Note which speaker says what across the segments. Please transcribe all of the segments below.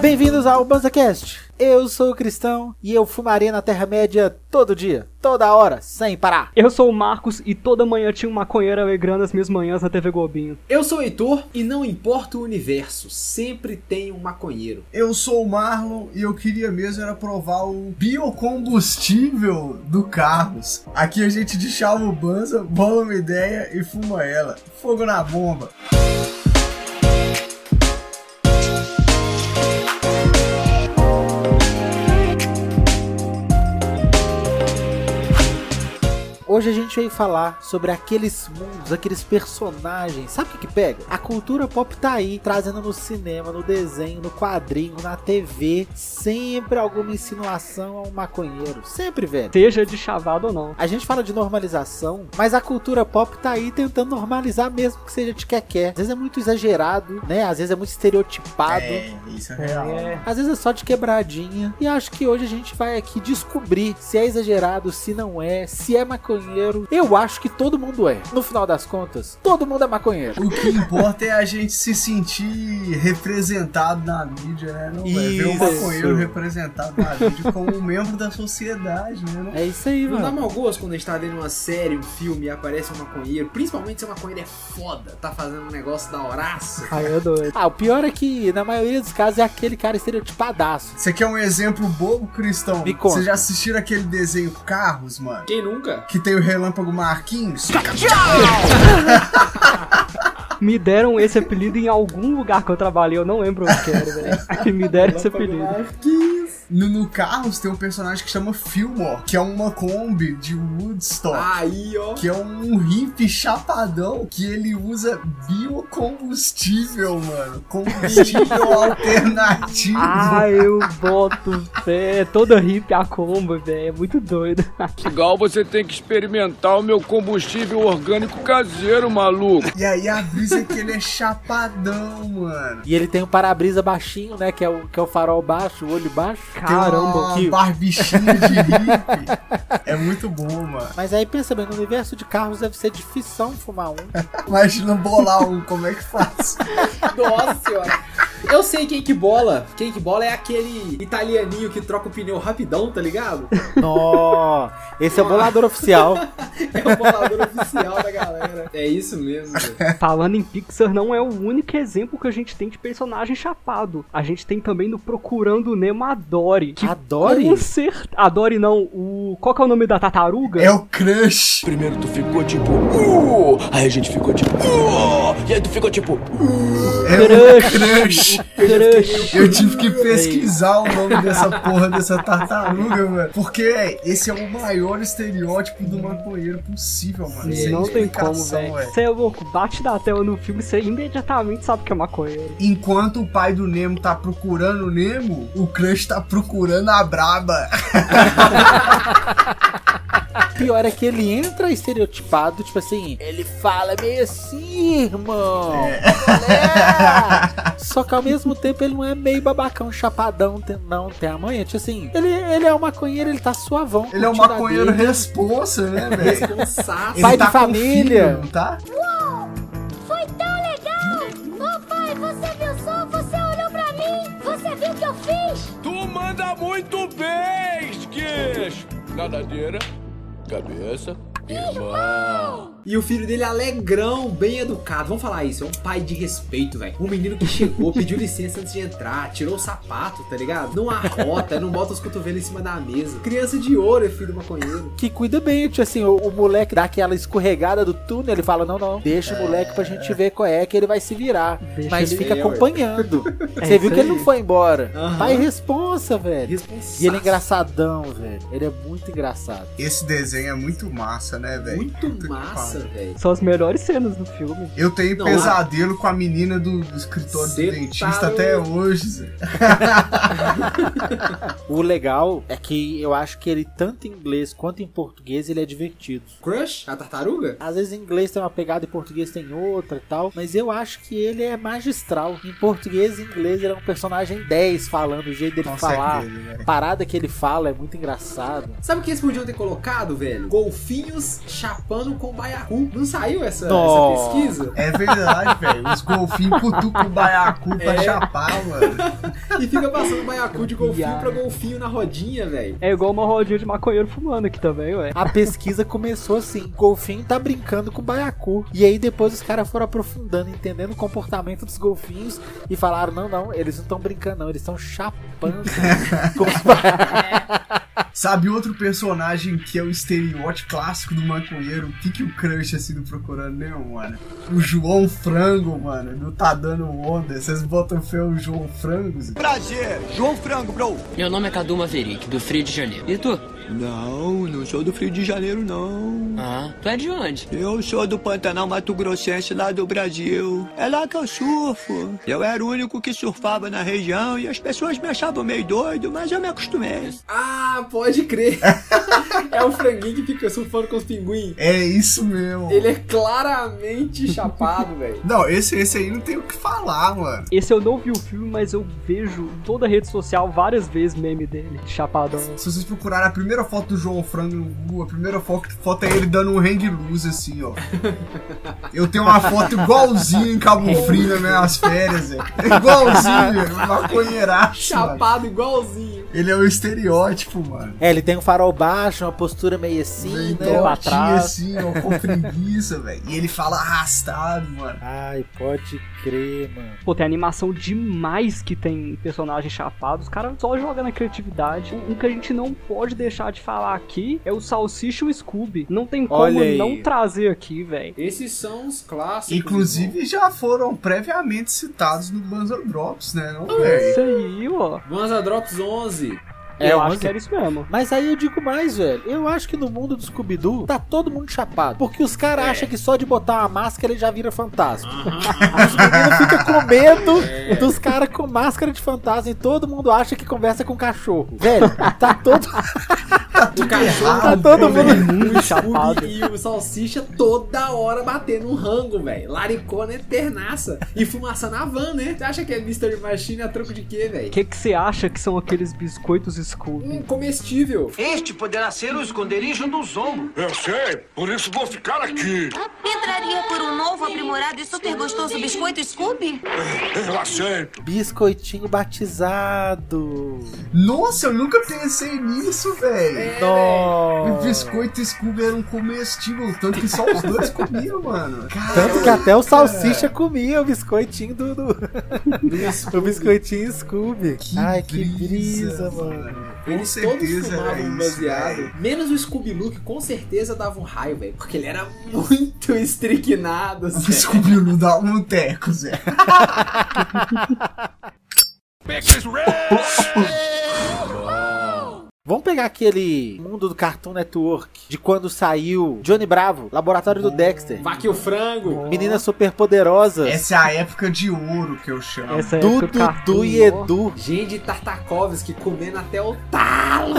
Speaker 1: bem-vindos ao BanzaCast. Eu sou o Cristão e eu fumaria na Terra-média todo dia, toda hora, sem parar.
Speaker 2: Eu sou o Marcos e toda manhã tinha um maconheiro alegrando as minhas manhãs na TV Globinho.
Speaker 3: Eu sou o Heitor e não importa o universo, sempre tem um maconheiro.
Speaker 4: Eu sou o Marlon e eu queria mesmo era provar o biocombustível do Carlos. Aqui a gente deschalva o Banza, bola uma ideia e fuma ela. Fogo na bomba.
Speaker 1: Hoje a gente veio falar sobre aqueles mundos, aqueles personagens. Sabe o que, que pega? A cultura pop tá aí, trazendo no cinema, no desenho, no quadrinho, na TV, sempre alguma insinuação a um maconheiro. Sempre, velho.
Speaker 2: Seja de chavado ou não.
Speaker 1: A gente fala de normalização, mas a cultura pop tá aí tentando normalizar mesmo que seja de quequer. Às vezes é muito exagerado, né? Às vezes é muito estereotipado.
Speaker 4: É, isso é real.
Speaker 2: É.
Speaker 1: Às vezes é só de quebradinha. E acho que hoje a gente vai aqui descobrir se é exagerado, se não é, se é maconheiro. Eu acho que todo mundo é. No final das contas, todo mundo é maconheiro.
Speaker 4: O que importa é a gente se sentir representado na mídia, né? Não, velho? ver um
Speaker 1: Isso.
Speaker 4: maconheiro representado na mídia como um membro da sociedade, né? Não-
Speaker 1: É isso aí,
Speaker 3: Não dá
Speaker 1: mano.
Speaker 3: mau gosto quando a gente tá vendo uma série, um filme e aparece um maconheiro, principalmente se o maconheiro é foda, tá fazendo um negócio da horaça.
Speaker 2: Aí é doido.
Speaker 1: Ah, o pior é que na maioria dos casos é aquele cara estereotipadaço.
Speaker 4: Você quer um exemplo bobo, Cristão?
Speaker 1: Me conta.
Speaker 4: Vocês já assistiram aquele desenho Carros, mano?
Speaker 3: Quem nunca?
Speaker 4: Que tem o Relâmpago Marquinhos?
Speaker 2: Me deram esse apelido em algum lugar que eu trabalhei, eu não lembro onde que era, velho. Me deram esse apelido.
Speaker 4: No, no Carros tem um personagem que chama Fillmore, que é uma Kombi de Woodstock.
Speaker 3: Aí, ó.
Speaker 4: Que é um hippie chapadão que ele usa biocombustível, mano. Combustível alternativo.
Speaker 2: Ah, eu boto fé. Toda hippie a combo, velho. É muito doido.
Speaker 5: Portugal, você tem que experimentar o meu combustível orgânico caseiro, maluco.
Speaker 4: E aí a brisa é que ele é chapadão, mano.
Speaker 1: E ele tem o para-brisa baixinho, né? Que é, o, que é o farol baixo, o olho baixo.
Speaker 2: Caramba,
Speaker 4: Tem um
Speaker 2: que.
Speaker 4: uma barbichinha de hippie. É muito bom, mano.
Speaker 1: Mas aí pensa bem, no universo de carros deve ser difícil fumar um.
Speaker 4: Imagina bolar um, como é que faz?
Speaker 3: Nossa senhora. Eu sei quem que bola. Quem que bola é aquele italianinho que troca o pneu rapidão, tá ligado?
Speaker 1: Nó, esse é o bolador oficial.
Speaker 3: É o bolador oficial da galera. É isso mesmo, velho.
Speaker 2: Falando em Pixar, não é o único exemplo que a gente tem de personagem chapado. A gente tem também no Procurando Nemo a Dory. Que
Speaker 1: Adore?
Speaker 2: Com cer- A Dory não, o. Qual que é o nome da tartaruga?
Speaker 4: É o crush.
Speaker 6: Primeiro tu ficou tipo, "Uh", aí a gente ficou tipo, "Uh", e aí tu ficou tipo,
Speaker 4: É o crush.
Speaker 2: Crush.
Speaker 4: Eu tive que pesquisar o nome dessa porra dessa tartaruga, mano. Porque é, esse é o maior estereótipo do maconheiro possível, mano. Sem
Speaker 2: Não tem
Speaker 4: explicação,
Speaker 2: como, velho. Você é louco, bate na tela no filme, você imediatamente sabe que é maconheiro.
Speaker 4: Enquanto o pai do Nemo tá procurando o Nemo, o Crush tá procurando a braba.
Speaker 1: Pior é que ele entra estereotipado, tipo assim, ele fala meio assim, irmão.
Speaker 4: É.
Speaker 1: Galera! Só que ao mesmo tempo ele não é meio babacão, chapadão, tem- não tem a manha. Tipo assim, ele, ele é um maconheiro, ele tá suavão.
Speaker 4: Ele é um
Speaker 1: curtindo a
Speaker 4: maconheiro
Speaker 1: dele.
Speaker 4: responsa, né, velho?
Speaker 3: é um Cansaço.
Speaker 4: Ele
Speaker 1: Pai de
Speaker 4: tá com
Speaker 1: família.
Speaker 4: filho, não tá?
Speaker 7: Foi tão legal! Ô pai, você pensou, você olhou pra mim, você viu o que eu fiz?
Speaker 5: Tu manda muito bem, Esquiz. Nadadeira, cabeça, irmão.
Speaker 3: E o filho dele é alegrão, bem educado. Vamos falar isso, é um pai de respeito, velho. Um menino que chegou, pediu licença antes de entrar, tirou o sapato, tá ligado? Não arrota, não bota os cotovelos em cima da mesa. Criança de ouro é filho do maconheiro.
Speaker 1: Que cuida bem, tipo assim, o, o moleque dá aquela escorregada do túnel, ele fala, não, não, deixa
Speaker 4: É.
Speaker 1: o moleque pra gente ver qual é que ele vai se virar.
Speaker 2: Deixa
Speaker 1: Mas
Speaker 2: ele-
Speaker 1: fica
Speaker 3: É, ué.
Speaker 1: acompanhando.
Speaker 2: É
Speaker 1: Você
Speaker 2: isso
Speaker 1: viu que ele não
Speaker 2: aí.
Speaker 1: foi embora.
Speaker 3: Aham.
Speaker 1: Pai responsa, velho.
Speaker 3: Responsável.
Speaker 1: E ele é engraçadão, velho. Ele é muito engraçado.
Speaker 4: Esse desenho é muito massa, né, velho? Puta que
Speaker 3: Muito massa,
Speaker 4: pariu.
Speaker 3: velho.
Speaker 2: São as melhores cenas do filme.
Speaker 4: Eu tenho
Speaker 3: Não,
Speaker 4: pesadelo com a menina do, do escritório
Speaker 3: Cê
Speaker 4: do dentista
Speaker 3: tá
Speaker 4: até
Speaker 3: louco.
Speaker 4: hoje, Zé.
Speaker 1: O legal é que eu acho que ele, tanto em inglês quanto em português, ele é divertido.
Speaker 3: Crush? A tartaruga?
Speaker 1: Às vezes em inglês tem uma pegada, em português tem outra e tal. Mas eu acho que ele é magistral. Em português e inglês ele é um personagem 10 falando, o jeito dele
Speaker 4: Com
Speaker 1: falar.
Speaker 4: certeza, velho.
Speaker 1: A parada que ele fala é muito engraçado.
Speaker 3: Sabe o que eles podiam ter colocado, velho? Golfinhos golfinhos chapando com baiacu. Não saiu essa, essa
Speaker 1: Nossa.
Speaker 3: pesquisa?
Speaker 4: É verdade, velho. Os golfinhos cutucam o baiacu pra
Speaker 3: É.
Speaker 4: chapar, mano.
Speaker 3: E fica passando baiacu de golfinho
Speaker 1: Viado.
Speaker 3: pra golfinho na rodinha, velho.
Speaker 2: É igual uma rodinha de maconheiro fumando aqui também, ué.
Speaker 1: A pesquisa começou assim: golfinho tá brincando com baiacu. E aí depois os caras foram aprofundando, entendendo o comportamento dos golfinhos e falaram: não, não, eles não estão brincando, não, eles estão chapando com os baiacus.
Speaker 4: Sabe outro personagem que é o estereótipo clássico do maconheiro? O que, que o crush assim do Procurando Nemo, mano? O João Frango, mano, não tá dando onda. Vocês botam fé o João Frango? Zé?
Speaker 8: Meu nome é Cadu Maverick, do Frio de Janeiro. E tu?
Speaker 6: Não, não sou do Rio de Janeiro, não.
Speaker 8: Ah, tu é de onde?
Speaker 6: Eu sou do Pantanal Mato Grossense, lá do Brasil. É lá que eu surfo. Eu era o único que surfava na região e as pessoas me achavam meio doido, mas eu me acostumei.
Speaker 3: Ah, pode crer. é o franguinho que fica surfando com os pinguins.
Speaker 4: É isso mesmo.
Speaker 3: Ele é claramente chapado, velho.
Speaker 4: Não, esse, esse aí não tem o que falar, mano.
Speaker 2: Esse eu não vi o filme, mas eu vejo em toda a rede social várias vezes meme dele, chapadão.
Speaker 4: Se vocês procurarem a primeira foto do João Frango no Google, a primeira fo- foto é ele dando um hang loose, assim, ó. Eu tenho uma foto igualzinha em Cabo Frio nas minhas férias, velho. Igualzinho, maconheiraço, mano.
Speaker 3: Chapado igualzinho.
Speaker 4: Ele é o estereótipo, mano.
Speaker 1: É, ele tem um farol baixo, uma postura meio assim,
Speaker 4: Bem
Speaker 1: né? Pra
Speaker 4: tortinho
Speaker 1: trás.
Speaker 4: assim, ó, com preguiça, velho. E ele fala arrastado, mano.
Speaker 1: Ai, pode crer, mano.
Speaker 2: Pô, tem animação demais que tem personagens chapados. Os caras só jogam na criatividade. Um um que a gente não pode deixar de falar aqui é o Salsicha e o Scooby. Não tem como
Speaker 1: Olha aí.
Speaker 2: não trazer aqui, velho.
Speaker 3: Esses são os clássicos. irmão.
Speaker 4: Inclusive já foram previamente citados no Guns N' Drops, né, não, velho?
Speaker 2: Isso aí, ó.
Speaker 3: Banza Drops 11.
Speaker 1: É,
Speaker 2: eu
Speaker 1: o
Speaker 2: acho
Speaker 1: Onze-
Speaker 2: que era isso mesmo.
Speaker 1: Mas aí eu digo mais, velho. Eu acho que no mundo do Scooby-Doo tá todo mundo chapado. Porque os caras
Speaker 2: É.
Speaker 1: acham que só de botar uma máscara ele já vira fantasma. Os meninos ficam com medo dos caras com máscara de fantasma e todo mundo acha que conversa com cachorro. Velho, tá todo.
Speaker 3: O cachorro
Speaker 1: tá
Speaker 4: errado,
Speaker 1: todo
Speaker 3: velho.
Speaker 1: mundo.
Speaker 3: O
Speaker 2: chapado.
Speaker 3: Scooby e o Salsicha toda hora batendo um rango, velho. Laricona eternaça. E fumaça na van, né? Você acha que é Mr. Machine a troco de quê, velho?
Speaker 2: O que que você acha que são aqueles biscoitos Scooby?
Speaker 3: Hum, comestível.
Speaker 9: Este poderá ser o esconderijo do Zombo.
Speaker 5: Eu sei, por isso vou ficar aqui.
Speaker 10: Entraria por um novo, aprimorado e super gostoso biscoito Scooby?
Speaker 5: Eu aceito.
Speaker 1: Biscoitinho batizado.
Speaker 4: Nossa, eu nunca pensei nisso, velho. O
Speaker 1: Nossa.
Speaker 4: Um biscoito Scooby era um comestível, tanto que só os dois comiam, mano.
Speaker 1: Tanto que até o salsicha comia o biscoitinho do. do- o biscoitinho Scooby. Ai, que brisa, mano.
Speaker 4: Com
Speaker 3: Eles
Speaker 4: certeza
Speaker 3: todos
Speaker 4: era
Speaker 3: fumavam
Speaker 4: isso, velho.
Speaker 3: baseado. Menos o Scooby-Loo, que com certeza dava um raio, velho. Porque ele era muito estriquinado,
Speaker 4: O
Speaker 3: assim.
Speaker 4: Scooby não dá um teco, Zé.
Speaker 1: Vamos pegar aquele mundo do Cartoon Network de quando saiu Johnny Bravo, Laboratório do
Speaker 2: Ah.
Speaker 1: Dexter,
Speaker 3: Vaque o frango.
Speaker 1: Menina Superpoderosa,
Speaker 4: Essa é a época de ouro que eu chamo.
Speaker 2: Essa é
Speaker 1: Du,
Speaker 2: época
Speaker 1: Dudu
Speaker 2: cartoon,
Speaker 1: e
Speaker 2: ó.
Speaker 1: Edu.
Speaker 3: Gente Tartakovsky comendo até o talo.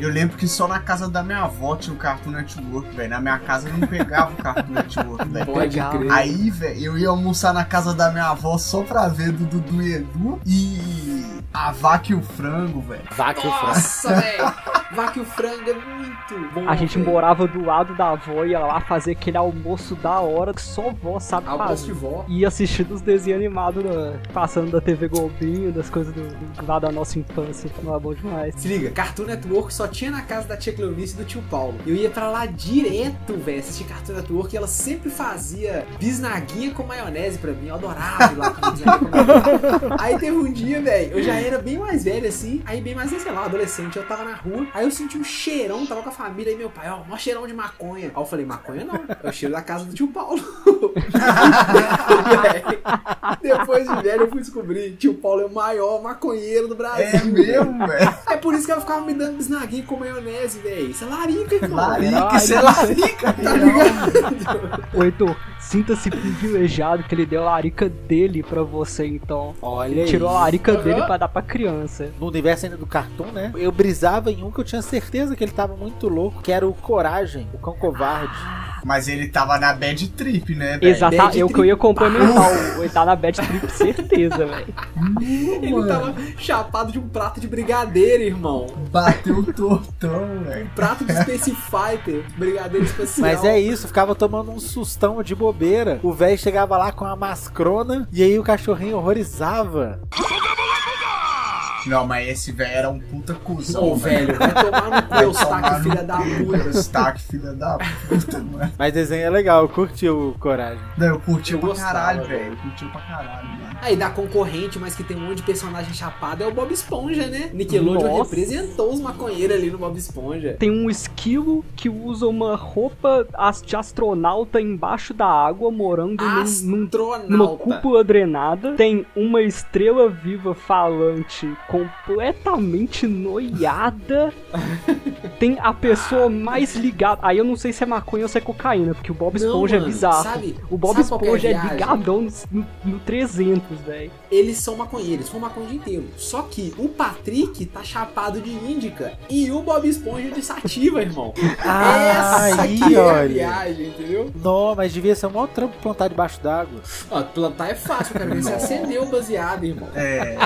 Speaker 4: Eu lembro que só na casa da minha avó tinha o Cartoon Network, velho. Na minha casa eu não pegava o Cartoon Network, velho.
Speaker 3: Pode
Speaker 2: Legal.
Speaker 3: crer.
Speaker 4: Aí, velho, eu ia almoçar na casa da minha avó só pra ver do Dudu e Edu e a vaca e o frango, velho.
Speaker 1: Vaca e o Frango.
Speaker 3: Nossa, velho. Vaque o frango é muito bom.
Speaker 2: A gente
Speaker 3: velho.
Speaker 2: morava do lado da avó e ia lá fazer aquele almoço da hora que só vó sabe
Speaker 3: Almoço
Speaker 2: fazer.
Speaker 3: de vó.
Speaker 2: E assistindo os desenhos animados da- passando da TV Globinho, das coisas do, do- lá da nossa infância, não é bom demais.
Speaker 3: Se liga, Cartoon Network só tinha na casa da tia Cleonice e do tio Paulo. Eu ia pra lá direto, velho, assistir Cartoon Network e ela sempre fazia bisnaguinha com maionese pra mim. Eu adorava ir lá com bisnaguinha com maionese. Aí teve um dia, velho, eu já era bem mais velho assim, aí bem mais, sei lá, adolescente. Eu tava na rua, aí eu senti um cheirão, tava com a família e meu pai, ó, mó cheirão de maconha. Aí eu falei, maconha não, é o cheiro da casa do tio Paulo. Depois de velho, eu fui descobrir que o tio Paulo é o maior maconheiro do Brasil.
Speaker 4: É mesmo, velho.
Speaker 3: É por isso que ela ficava me dando bisnaguinha com maionese, velho. Isso é larica, irmão.
Speaker 4: Larica, isso é larica.
Speaker 3: Tá ligado?
Speaker 2: Ô Heitor, sinta-se privilegiado que ele deu a larica dele pra você, então.
Speaker 1: Olha
Speaker 2: Ele
Speaker 1: aí.
Speaker 2: tirou a larica
Speaker 3: Aham.
Speaker 2: dele pra dar pra criança.
Speaker 1: No universo ainda do Cartoon, né? Eu brisava em um que eu tinha certeza que ele tava muito louco, que era o Coragem, o Cão Covarde.
Speaker 4: Mas ele tava na bad trip, né?
Speaker 3: É,
Speaker 4: velho?
Speaker 2: Exatamente, eu que eu ia complementar. o- Ele tá na bad trip, certeza, velho.
Speaker 3: Ele tava chapado de um prato de brigadeiro, irmão.
Speaker 4: Bateu o tortão, velho.
Speaker 3: Prato de Space Fighter. Brigadeiro especial.
Speaker 1: Mas é isso, ficava tomando um sustão de bobeira. O velho chegava lá com a mascrona e aí o cachorrinho horrorizava.
Speaker 4: Não, mas esse velho era um puta cuzão.
Speaker 3: Ô, velho, vai tomar no cu,
Speaker 4: Vai
Speaker 3: eu
Speaker 4: tomar
Speaker 3: saco,
Speaker 4: no
Speaker 3: filha da
Speaker 4: cu,
Speaker 3: puta.
Speaker 4: Eustáquio, filha da puta, mano.
Speaker 1: Mas desenho é legal, eu curti o Coragem.
Speaker 4: Não, eu curti
Speaker 3: Eu
Speaker 4: pra
Speaker 3: gostava,
Speaker 4: caralho,
Speaker 3: velho.
Speaker 4: velho. Eu curti pra caralho, mano.
Speaker 3: Aí da concorrente, mas que tem um monte de personagem chapado, é o Bob Esponja, né? Nickelodeon
Speaker 2: Nossa.
Speaker 3: representou os maconheiros ali no Bob Esponja.
Speaker 2: Tem um esquilo que usa uma roupa as- de astronauta embaixo da água, morando num- num numa
Speaker 3: Astronauta.
Speaker 2: cúpula drenada, tem uma estrela viva falante completamente noiada. tem a pessoa mais ligada. Aí eu não sei se é maconha ou se é cocaína, porque o Bob
Speaker 3: Não,
Speaker 2: Esponja
Speaker 3: mano,
Speaker 2: é bizarro.
Speaker 3: sabe-
Speaker 2: o Bob
Speaker 3: sabe qual que é a
Speaker 2: Esponja é,
Speaker 3: viagem?
Speaker 2: ligadão no, no 300, velho.
Speaker 3: Eles são maconheiros, são maconha o dia inteiro. Só que o Patrick tá chapado de índica e o Bob Esponja de sativa, irmão. Essa
Speaker 1: Ah, aí,
Speaker 3: que é a
Speaker 1: olha.
Speaker 3: viagem, entendeu?
Speaker 1: Não, mas devia ser um maior trampo plantar debaixo d'água.
Speaker 3: Ó, plantar é fácil, cara. Você acendeu o baseado, irmão.
Speaker 4: É.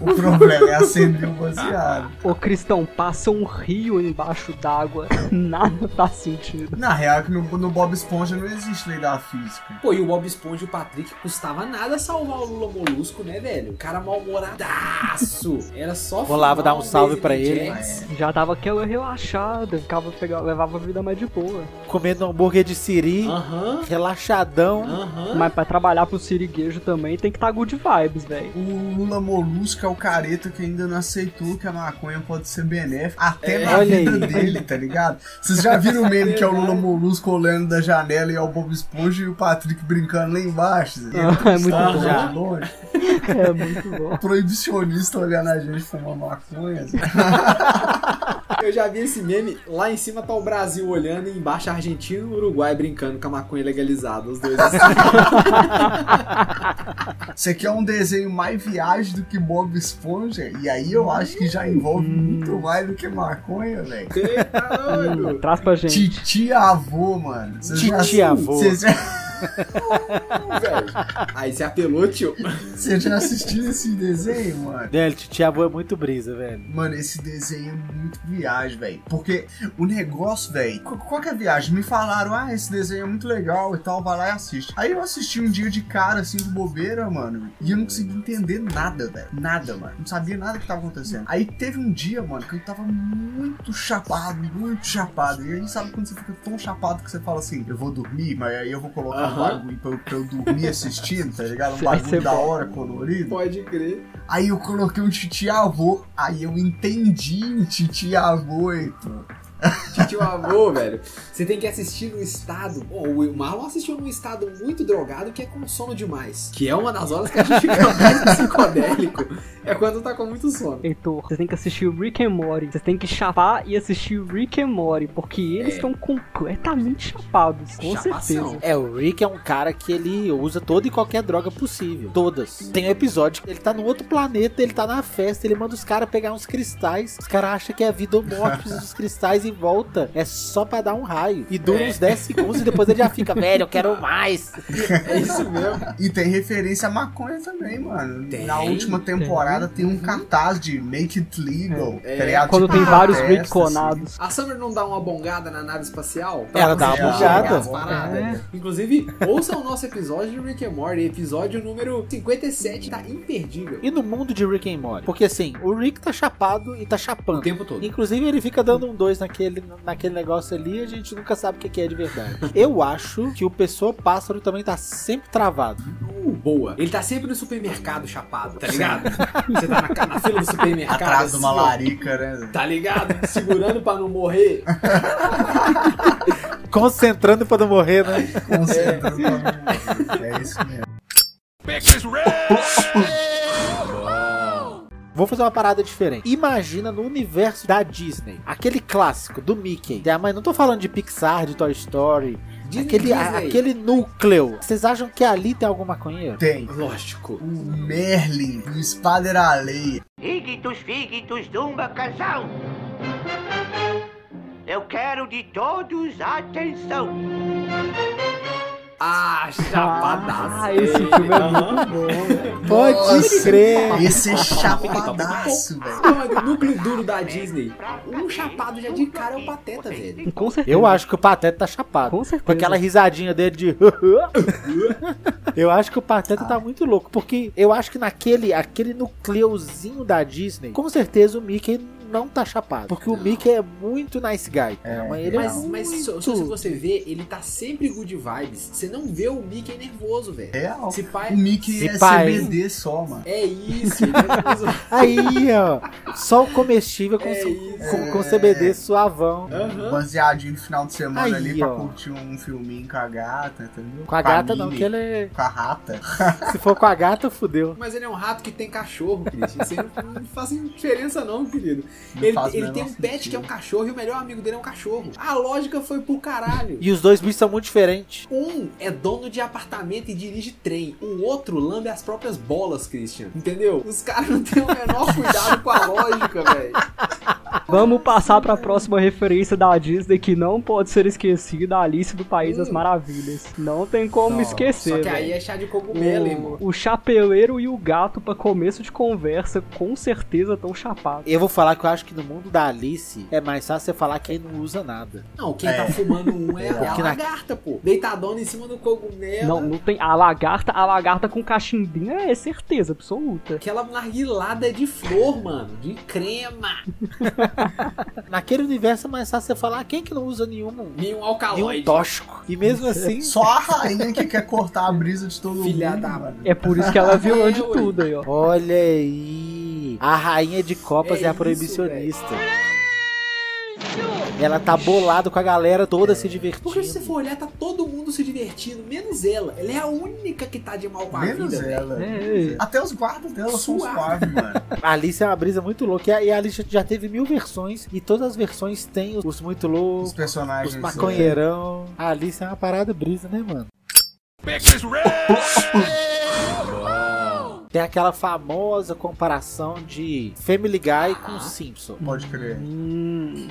Speaker 4: O problema é acender o baseado.
Speaker 2: Ô Cristão, passa um rio embaixo d'água. Nada tá faz sentido.
Speaker 4: Na real, é que no, no Bob Esponja não existe lei da física.
Speaker 3: Pô, e o Bob Esponja e o Patrick custava nada salvar o Lula Molusco, né, velho? O cara mal-humoradaço. Era só
Speaker 1: Rolava
Speaker 3: fumar
Speaker 1: dar um salve
Speaker 3: Benjamin
Speaker 1: pra ele.
Speaker 3: Jackson.
Speaker 2: Já dava aquela relaxada, ficava, pegava, levava a vida mais de boa.
Speaker 1: Comendo hambúrguer de siri,
Speaker 3: Aham,
Speaker 1: relaxadão.
Speaker 3: aham.
Speaker 2: Mas pra trabalhar pro siriguejo também tem que tá good vibes, velho.
Speaker 4: O Lula Molusco é o careta que ainda não aceitou que a maconha pode ser benéfica até
Speaker 3: É,
Speaker 4: na
Speaker 1: olha
Speaker 4: vida
Speaker 1: aí.
Speaker 4: dele, tá ligado? Vocês já viram o meme que é o Lula Molusco olhando da janela e é o Bob Esponja e o Patrick brincando lá embaixo? Ele
Speaker 2: Ah, é muito
Speaker 4: tá
Speaker 2: bom.
Speaker 4: já longe.
Speaker 2: É muito bom.
Speaker 4: Proibicionista olhando a gente fumando maconha. assim.
Speaker 3: Eu já vi esse meme. Lá em cima tá o Brasil olhando e embaixo a Argentina e o Uruguai brincando com a maconha legalizada. Os dois assim.
Speaker 4: Isso aqui é um desenho mais viagem do que Bob Esponja, e aí eu acho que já envolve muito mais do que maconha, velho.
Speaker 3: Eita,
Speaker 2: Hum,
Speaker 3: doido.
Speaker 2: Traz pra gente.
Speaker 4: Titi avô, mano. Vocês já-
Speaker 1: Titiavô.
Speaker 4: Vocês já,
Speaker 3: velho. Aí você apelou, tio.
Speaker 4: vocês já assistiram esse desenho, mano?
Speaker 1: Velho, Titi Avô é muito brisa, velho.
Speaker 4: Mano, esse desenho é muito viagem, velho. Porque o negócio, velho. qu- Qual que é a viagem? Me falaram, ah, esse desenho é muito legal e tal, vai lá e assiste. Aí eu assisti um dia de cara, assim, de bobeira, mano. E eu não consegui entender nada, velho. Nada, mano. Não sabia nada que tava acontecendo. Aí teve um dia, mano, que eu tava muito chapado, muito chapado. E aí sabe quando você fica tão chapado que você fala assim, eu vou dormir, mas aí eu vou colocar um
Speaker 3: Aham.
Speaker 4: bagulho pra eu, pra eu dormir assistindo, tá ligado? Um
Speaker 2: Vai ser
Speaker 4: bagulho da
Speaker 2: bom.
Speaker 4: hora, colorido.
Speaker 3: Pode crer.
Speaker 4: Aí eu coloquei um titiavô, aí eu entendi o titiavô, Heitor.
Speaker 3: Tio avô, velho. Você tem que assistir num estado. Pô, o Marlon assistiu num estado muito drogado que é com sono demais. Que é uma das horas que a gente fica mais psicodélico. É quando tá com muito sono.
Speaker 2: Heitor, vocês têm que assistir o Rick and Morty. Vocês têm que chapar e assistir o Rick and Morty, porque eles estão completamente chapados, com
Speaker 3: Chapação.
Speaker 2: certeza.
Speaker 1: É, o Rick é um cara que ele usa toda e qualquer droga possível. Todas. Tem um episódio que ele tá num outro planeta, ele tá na festa, ele manda os caras pegar uns cristais. Os caras acham que é vida ou morte, precisa dos cristais e volta. É só pra dar um raio. E dura uns 10 segundos e depois ele já fica, velho, eu quero mais.
Speaker 3: É isso mesmo.
Speaker 4: E tem referência à maconha também, mano.
Speaker 3: Tem,
Speaker 4: Na última temporada tem, um cartaz de Make It Legal. tá ligado?
Speaker 2: Quando
Speaker 4: Tipo,
Speaker 2: tem
Speaker 4: na
Speaker 2: vários
Speaker 4: festa,
Speaker 2: Ritconados.
Speaker 3: A Summer não dá uma bongada na nave espacial?
Speaker 1: Ela dá uma
Speaker 3: conseguir
Speaker 1: bongada. É.
Speaker 3: pegar as paradas. Inclusive, ouça o nosso episódio de Rick and Morty, episódio número 57, tá imperdível.
Speaker 1: E no mundo de Rick and Morty? Porque assim, o Rick tá chapado e tá
Speaker 3: O
Speaker 1: chapando.
Speaker 3: tempo todo.
Speaker 1: Inclusive, ele fica dando um dois naquele, naquele negócio ali e a gente nunca sabe o que que é de verdade. Eu acho que o Pessoa Pássaro também tá sempre travado.
Speaker 3: Uh, boa. Ele tá sempre no supermercado chapado, tá ligado? Você tá na, ca- na fila do supermercado.
Speaker 4: Atrás de uma
Speaker 3: assim, ó,
Speaker 4: larica, né?
Speaker 3: Tá ligado? Segurando pra não morrer.
Speaker 1: Concentrando pra não morrer, né?
Speaker 4: Concentrando pra É isso mesmo.
Speaker 1: Vou fazer uma parada diferente. Imagina no universo da Disney, aquele clássico do Mickey. Ah, mas não tô falando de Pixar, de Toy Story.
Speaker 3: Disney,
Speaker 1: aquele, a-
Speaker 3: Disney.
Speaker 1: aquele núcleo. Vocês acham que ali tem alguma maconheiro?
Speaker 4: Tem
Speaker 3: Lógico.
Speaker 4: o Merlin, o Spider Alley.
Speaker 9: Iguitus, figuitus, dumba, casal. Eu quero de todos atenção.
Speaker 3: Ah, chapadaço.
Speaker 2: Ah, esse filme é muito bom.
Speaker 1: Pode crer.
Speaker 4: Esse é chapadaço, velho.
Speaker 3: Não, Então, núcleo duro da Disney. Um chapado já de cara é um pateta, velho.
Speaker 2: Com certeza.
Speaker 1: Eu acho que o Pateta tá chapado.
Speaker 2: Com certeza.
Speaker 1: Com aquela risadinha dele de. eu acho que o Pateta tá muito louco. Porque eu acho que naquele aquele nucleuzinho da Disney, com certeza o Mickey não tá chapado. Porque o Mickey é muito nice guy. É, mas ele
Speaker 3: Mas,
Speaker 1: é
Speaker 3: mas só, só se você ver, ele tá sempre good vibes. Você não vê o Mickey nervoso, velho.
Speaker 4: Real.
Speaker 3: Se pai...
Speaker 4: O Mickey
Speaker 1: Se
Speaker 4: é
Speaker 1: pá,
Speaker 4: CBD só, mano.
Speaker 3: É isso. ele é nervoso.
Speaker 1: Aí, ó. Só o comestível com,
Speaker 3: É
Speaker 1: su-
Speaker 3: isso. É.
Speaker 1: com, com CBD suavão.
Speaker 3: Aham.
Speaker 4: Baseadinho no final de semana
Speaker 1: Aí,
Speaker 4: ali pra
Speaker 1: ó.
Speaker 4: curtir um filminho com a gata, entendeu?
Speaker 1: Com a gata, não,
Speaker 4: Mimi,
Speaker 1: que ele é.
Speaker 4: Com a rata.
Speaker 1: Se for com a gata, fudeu.
Speaker 3: Mas ele é um rato que tem cachorro, Christian. Isso aí não, não faz diferença, não, querido.
Speaker 4: Não
Speaker 3: Ele,
Speaker 4: faz o
Speaker 3: ele
Speaker 4: menor
Speaker 3: tem um pet
Speaker 4: sentido.
Speaker 3: que é um cachorro e o melhor amigo dele é um cachorro. A lógica foi pro caralho.
Speaker 1: E os dois bichos são muito diferentes.
Speaker 3: Um é dono de apartamento e dirige trem. O outro lambe as próprias bolas, Christian. Entendeu? Os caras não têm o menor cuidado com a lógica, velho.
Speaker 2: Vamos passar pra próxima referência da Disney que não pode ser esquecida, Alice do País das Maravilhas. Não tem como esquecer.
Speaker 3: Hum. Só que aí
Speaker 2: velho.
Speaker 3: é chá de cogumelo, irmão.
Speaker 2: o, o chapeleiro e o gato, pra começo de conversa, com certeza tão chapados.
Speaker 1: Eu vou falar que eu acho que no mundo da Alice é mais fácil você falar que aí não usa nada.
Speaker 3: Não, quem tá fumando um é, é a
Speaker 1: Porque na-
Speaker 3: lagarta, pô. Deitadona em cima do cogumelo.
Speaker 2: Não, não tem. A lagarta, a lagarta com cachimbinha é certeza absoluta.
Speaker 3: Aquela narguilada de flor, mano. De crema.
Speaker 1: Naquele universo é mais fácil você falar quem que não usa nenhum,
Speaker 3: Nenhum
Speaker 1: nenhum
Speaker 3: um alcaloide.
Speaker 1: tóxico. E mesmo assim,
Speaker 4: Só a rainha que quer cortar a brisa de todo
Speaker 3: Filha
Speaker 4: mundo.
Speaker 3: da-
Speaker 4: mano.
Speaker 2: É por isso que ela é vilã de
Speaker 3: É, ué.
Speaker 2: tudo aí, ó.
Speaker 1: olha aí. A rainha de copas é,
Speaker 3: É
Speaker 1: a
Speaker 3: isso,
Speaker 1: proibicionista. Ela tá bolada com a galera toda se divertindo.
Speaker 3: Porque se É. você for olhar, tá todo mundo se divertindo, menos ela. Ela é a única que tá de mal com a
Speaker 4: Menos
Speaker 3: vida. velho.
Speaker 4: ela.
Speaker 2: É, é.
Speaker 4: Até os guardas dela são
Speaker 3: Suave.
Speaker 4: suaves, mano.
Speaker 1: A Alice é uma brisa muito louca. E a- E a Alice já teve mil versões. E todas as versões têm os muito
Speaker 4: Os
Speaker 1: loucos,
Speaker 4: personagens.
Speaker 1: os maconheirão. A Alice é uma parada brisa, né, mano? Tem aquela famosa comparação de Family Guy com Simpson.
Speaker 4: né? Pode crer.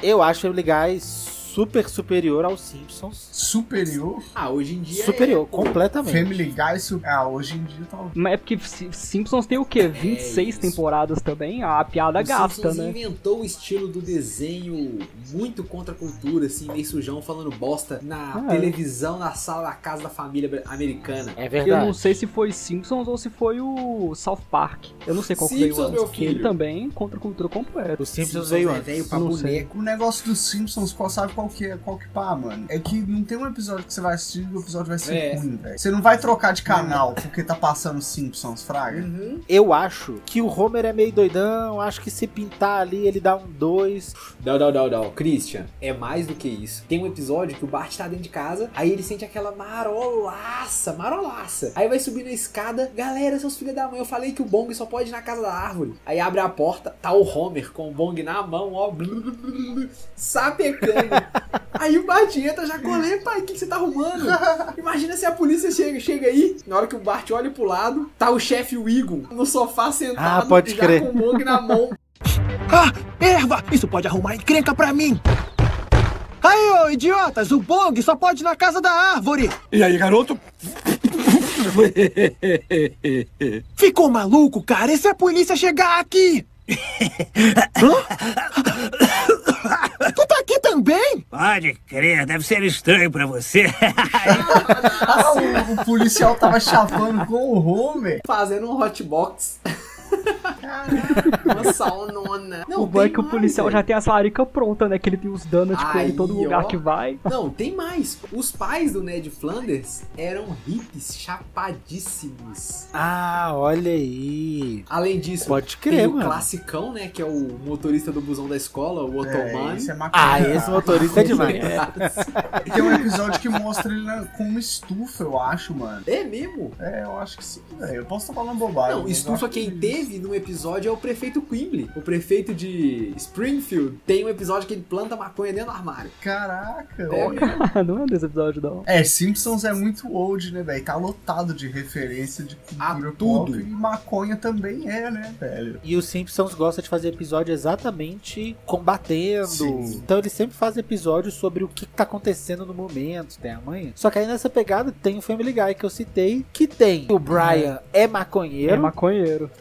Speaker 1: Eu acho Family Guy super superior aos Simpsons.
Speaker 4: Superior.
Speaker 3: Ah, hoje em dia.
Speaker 1: superior,
Speaker 3: é,
Speaker 1: completamente.
Speaker 4: Family Guy. Su... Ah, hoje em dia tá.
Speaker 2: Mas é porque Si- Simpsons tem o quê? 26
Speaker 3: É isso.
Speaker 2: temporadas também? A piada
Speaker 3: é, O
Speaker 2: gasta,
Speaker 3: Simpsons
Speaker 2: né?
Speaker 3: inventou o estilo do desenho muito contra a cultura, assim, meio sujão, falando bosta na
Speaker 2: Ah, é.
Speaker 3: televisão, na sala da casa da família bra- americana.
Speaker 1: É
Speaker 2: Eu
Speaker 1: verdade.
Speaker 2: não sei se foi Simpsons ou se foi o South Park. Eu não sei qual que
Speaker 3: Simpsons,
Speaker 2: veio antes,
Speaker 3: meu
Speaker 2: porque ele
Speaker 3: filho.
Speaker 2: também contra a cultura completa.
Speaker 1: O Simpsons veio
Speaker 3: é
Speaker 1: antes.
Speaker 3: velho pra
Speaker 2: Não sei.
Speaker 3: boneco.
Speaker 4: O negócio dos Simpsons, qual sabe qual que é, qual que pá, mano? É que não tem um episódio que você vai assistir e o episódio vai ser
Speaker 3: É.
Speaker 4: ruim, velho. Você não vai trocar de canal porque tá passando Simpsons, fraga.
Speaker 3: Uhum.
Speaker 1: Eu acho que o Homer é meio doidão. Acho que se pintar ali, ele dá um dois.
Speaker 3: Não, não, não, não. Christian, é mais do que isso. Tem um episódio que o Bart tá dentro de casa, aí ele sente aquela marolaça, marolaça. Aí vai subir na escada, galera, seus filhos da mãe, eu falei que o bong só pode ir na casa da árvore. Aí abre a porta, tá o Homer com o bong na mão, ó, blu, blu, blu, blu, sapecando. Aí o Bart entra, já colê, pai, o que, que você tá arrumando? Imagina se a polícia chega, chega aí, na hora que o Bart olha pro lado, tá o chefe Wiggum no sofá sentado,
Speaker 1: Ah, pode
Speaker 3: já
Speaker 1: crer.
Speaker 3: com o bong na mão,
Speaker 6: Ah, erva! Isso pode arrumar encrenca pra mim! Aí, ô idiotas, o bong só pode ir na casa da árvore!
Speaker 5: E aí, garoto?
Speaker 6: Ficou maluco, cara? E se a polícia chegar aqui? Hã? tu tá aqui também?
Speaker 11: Pode crer, deve ser estranho pra você.
Speaker 4: Ah, o, o policial tava chapando com o Homer.
Speaker 3: fazendo um hotbox. Uma saunona.
Speaker 2: o bom é que o policial já tem a salarica pronta, né? Que ele tem os donuts com ele em
Speaker 3: Aí,
Speaker 2: todo lugar
Speaker 3: ó.
Speaker 2: que vai.
Speaker 3: Não, tem mais. Os pais do Ned Flanders eram hippies chapadíssimos.
Speaker 1: Ah, olha aí.
Speaker 3: Além disso,
Speaker 1: Pode
Speaker 3: tem
Speaker 1: crer,
Speaker 3: o
Speaker 1: mano.
Speaker 3: classicão, né? Que é o motorista do busão da escola, o
Speaker 4: É,
Speaker 3: Otomano.
Speaker 4: isso é
Speaker 1: Ah,
Speaker 4: maconheiro.
Speaker 1: esse motorista é demais.
Speaker 4: E Tem um episódio que mostra ele na- com uma estufa, eu acho, mano.
Speaker 3: É mesmo?
Speaker 4: É, eu acho que sim, velho. Eu posso estar falando bobagem.
Speaker 3: Não,
Speaker 4: mas eu
Speaker 3: estufa
Speaker 4: acho que
Speaker 3: quem
Speaker 4: isso
Speaker 3: teve num episódio é o prefeito Quimbley. O prefeito de Springfield tem um episódio que ele planta maconha dentro do armário.
Speaker 4: Caraca.
Speaker 3: É,
Speaker 2: não é desse episódio, não.
Speaker 4: É, Simpsons é muito old, né, velho? Tá lotado de referência de cultura pop
Speaker 3: Ah, tudo.
Speaker 4: e maconha também é, né, velho?
Speaker 1: E os Simpsons gosta de fazer episódio exatamente combatendo. Então eles sempre fazem episódios sobre o que que tá acontecendo no momento, tem amanhã. Só que aí nessa pegada tem o Family Guy que eu citei, que tem o Brian é maconheiro.
Speaker 2: É maconheiro.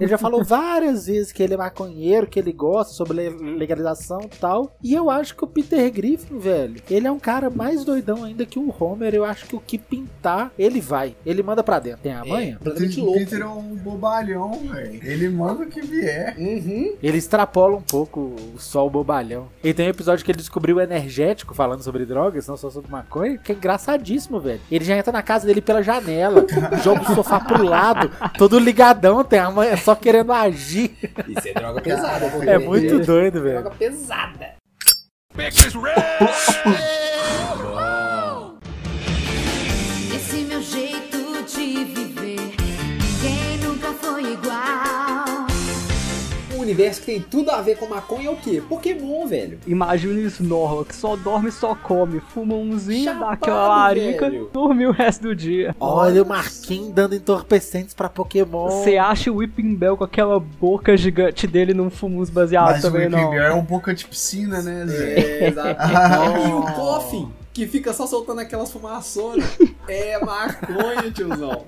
Speaker 1: Ele já falou várias vezes que ele é maconheiro, que ele gosta sobre le- legalização e tal. E eu acho que o Peter Griffin, velho, ele é um cara mais doidão ainda que o Homer. Eu acho que o que pintar, ele vai. Ele manda pra dentro. Tem
Speaker 3: É,
Speaker 1: a manha?
Speaker 3: completamente
Speaker 4: O
Speaker 3: louco.
Speaker 4: Peter é um bobalhão, velho. Ele manda o que vier.
Speaker 3: Uhum.
Speaker 1: Ele extrapola um pouco só o bobalhão. E tem um episódio que ele descobriu o energético falando sobre drogas, não só sobre maconha, que é engraçadíssimo, velho. Ele já entra na casa dele pela janela, joga o sofá pro lado, todo ligadão, tem a mãe só querendo agir.
Speaker 3: Isso é droga pesada.
Speaker 4: É
Speaker 1: É muito doido, velho.
Speaker 3: Droga pesada.
Speaker 7: Esse é meu jeito de viver, ninguém nunca foi igual.
Speaker 3: Um universo que tem tudo a ver com maconha é o quê? Pokémon, velho.
Speaker 2: Imagina o Snorlax, só dorme, só come, fuma umzinho,
Speaker 3: Chapado,
Speaker 2: dá aquela larica,
Speaker 3: velho.
Speaker 2: dormiu o resto do dia.
Speaker 1: Olha o Marquinhos dando entorpecentes pra Pokémon.
Speaker 2: Você acha o Whipping Bell com aquela boca gigante dele não fuma uns baseados
Speaker 4: Mas o
Speaker 2: Ah, também,
Speaker 4: Whipping
Speaker 2: não?
Speaker 4: Bear é um boca de piscina, né, Zé?
Speaker 3: É, exato. e o Coffin, que fica só soltando aquelas fumaçonas. É maconha, tiozão.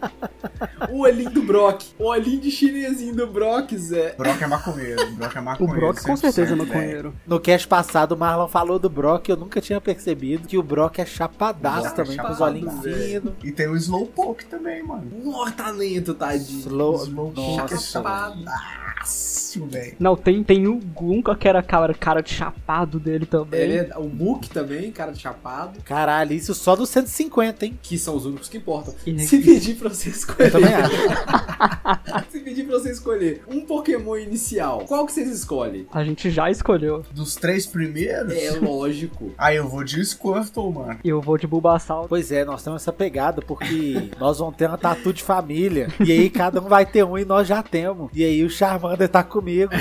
Speaker 3: O olhinho do Brock. O olhinho de chinesinho do Brock, Zé.
Speaker 4: Brock é maconheiro, Brock é
Speaker 2: O
Speaker 4: maconheiro.
Speaker 2: Brock com certeza é
Speaker 4: 100%, velho.
Speaker 2: maconheiro.
Speaker 1: No cast passado, o Marlon falou do Brock. Eu nunca tinha percebido que o Brock é chapadaço
Speaker 4: Brock é
Speaker 1: também, com os
Speaker 4: chapado,
Speaker 1: olhinhos
Speaker 4: velho.
Speaker 1: finos.
Speaker 4: E tem o Slowpoke também, mano.
Speaker 3: Nossa, talento, tadinho.
Speaker 1: Slow.
Speaker 4: Slowpoke é
Speaker 1: Nossa, velho.
Speaker 4: chapadaço, velho.
Speaker 2: Não, tem, tem o Gun com aquela cara, cara de chapado dele também.
Speaker 3: Ele é- o Book também, cara de chapado.
Speaker 1: Caralho, isso só dos 150, hein?
Speaker 3: Que são os únicos que importam.
Speaker 2: E-
Speaker 3: Se pedir pra você
Speaker 1: né?
Speaker 3: escolher.
Speaker 1: Eu também acho.
Speaker 3: Se pedir pra você escolher um Pokémon inicial, qual que vocês escolhem?
Speaker 2: A gente já escolheu.
Speaker 4: Dos três primeiros?
Speaker 3: É lógico.
Speaker 4: Aí eu vou de Squirtle, mano.
Speaker 2: E eu vou de Bulbasaur.
Speaker 1: Pois é, nós temos essa pegada, porque nós vamos ter uma tatu de família. E aí cada um vai ter um e nós já temos. E aí o Charmander tá comigo.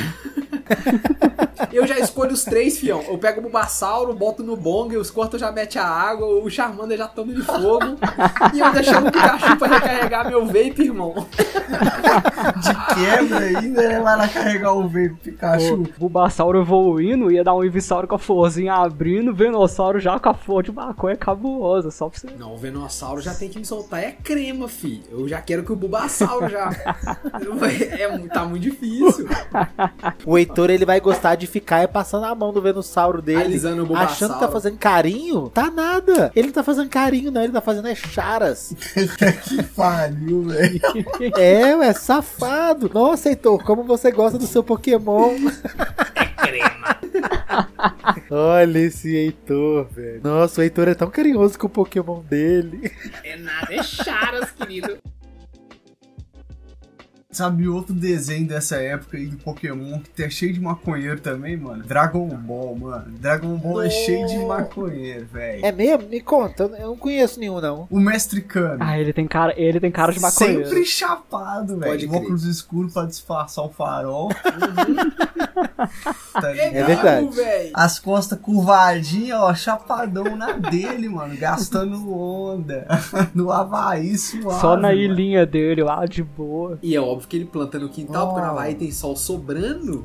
Speaker 3: Eu já escolho os três, fião. Eu pego o Bulbasauro, boto no Bong, os Squirtle já mete a água, o Charmander já toma de fogo. e eu deixando o Pikachu pra recarregar meu vape, irmão.
Speaker 4: Quebra ainda, né? Vai lá carregar o vape
Speaker 2: O
Speaker 4: Pikachu.
Speaker 2: Bulbasauro evoluindo, ia dar um Ivisauro com a florzinha abrindo, Venossauro já com a flor de maconha cabulosa, só pra você.
Speaker 3: Não, o Venossauro já tem que me soltar. É crema, fi. Eu já quero que o Bulbasauro já... é, mu- tá muito difícil.
Speaker 1: O Heitor, ele vai gostar de ficar é passando a mão no Venusauro dele.
Speaker 3: Alisando o Bulbasauro.
Speaker 1: Achando que tá fazendo carinho? Tá nada. Ele não tá fazendo carinho, não. Ele tá fazendo é charas.
Speaker 4: que pariu, velho.
Speaker 1: É, ué, safado. Nossa, Heitor, como você gosta do seu Pokémon. Olha esse Heitor, velho. Nossa, o Heitor é tão carinhoso com o Pokémon dele.
Speaker 3: É nada, é charas, querido.
Speaker 4: Sabe outro desenho dessa época aí do Pokémon que é cheio de maconheiro também, mano? Dragon Ball, mano. Dragon Ball é cheio de maconheiro, velho.
Speaker 1: É mesmo? Me conta. Eu não conheço nenhum, não.
Speaker 4: O Mestre Kami.
Speaker 2: Ah, ele tem cara, ele tem cara de maconheiro.
Speaker 4: Sempre chapado,
Speaker 3: Pode
Speaker 4: velho.
Speaker 3: crer.
Speaker 4: Óculos escuros pra disfarçar o farol. Tá ligado?
Speaker 1: É verdade.
Speaker 3: velho.
Speaker 4: As costas curvadinhas, ó, chapadão na dele, mano. Gastando onda. No Havaí suave.
Speaker 2: Só na
Speaker 4: mano.
Speaker 2: ilhinha dele lá, de boa.
Speaker 3: E é óbvio que ele planta no quintal, porque na
Speaker 4: Oh.
Speaker 3: Havaí tem sol sobrando.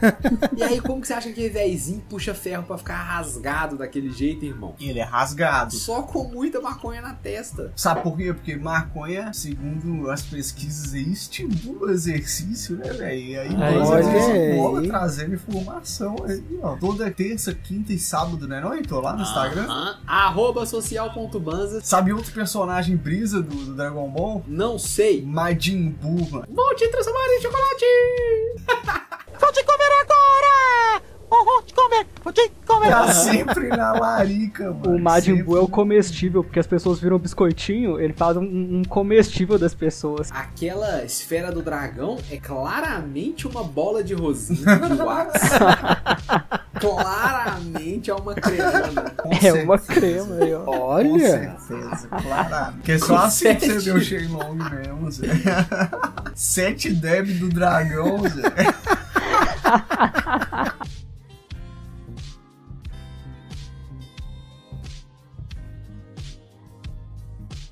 Speaker 3: e aí, como que você acha que aquele véizinho puxa ferro pra ficar rasgado daquele jeito, irmão?
Speaker 4: Ele é rasgado.
Speaker 3: Só com muita maconha na testa.
Speaker 4: Sabe por quê? Porque maconha, segundo as pesquisas aí, estimula o exercício, né, velho? E aí
Speaker 2: Aí,
Speaker 4: nós
Speaker 2: olha
Speaker 1: aí.
Speaker 4: bola trazendo informação aí, ó. Toda terça, quinta e sábado, né, não, Heitor? Lá no Instagram.
Speaker 3: Aham. Ah, Arroba social.banza.
Speaker 4: Sabe outro personagem brisa do, do Dragon Ball?
Speaker 3: Não sei.
Speaker 4: Majin Buu, mano.
Speaker 3: Vou te transformar em chocolate.
Speaker 4: Tá sempre na larica, mano.
Speaker 2: O Majin Buu é o
Speaker 4: Sempre.
Speaker 2: comestível, porque as pessoas viram um biscoitinho, ele faz um, um comestível das pessoas.
Speaker 3: Aquela esfera do dragão é claramente uma bola de rosinha de wax. claramente é uma cremona.
Speaker 4: Com
Speaker 2: É uma
Speaker 4: certeza.
Speaker 2: crema aí, ó.
Speaker 4: Com
Speaker 1: Olha.
Speaker 4: é certeza, claro. Porque só assim que você vê o Shenlong mesmo, Zé. Sete deb do dragão, Zé.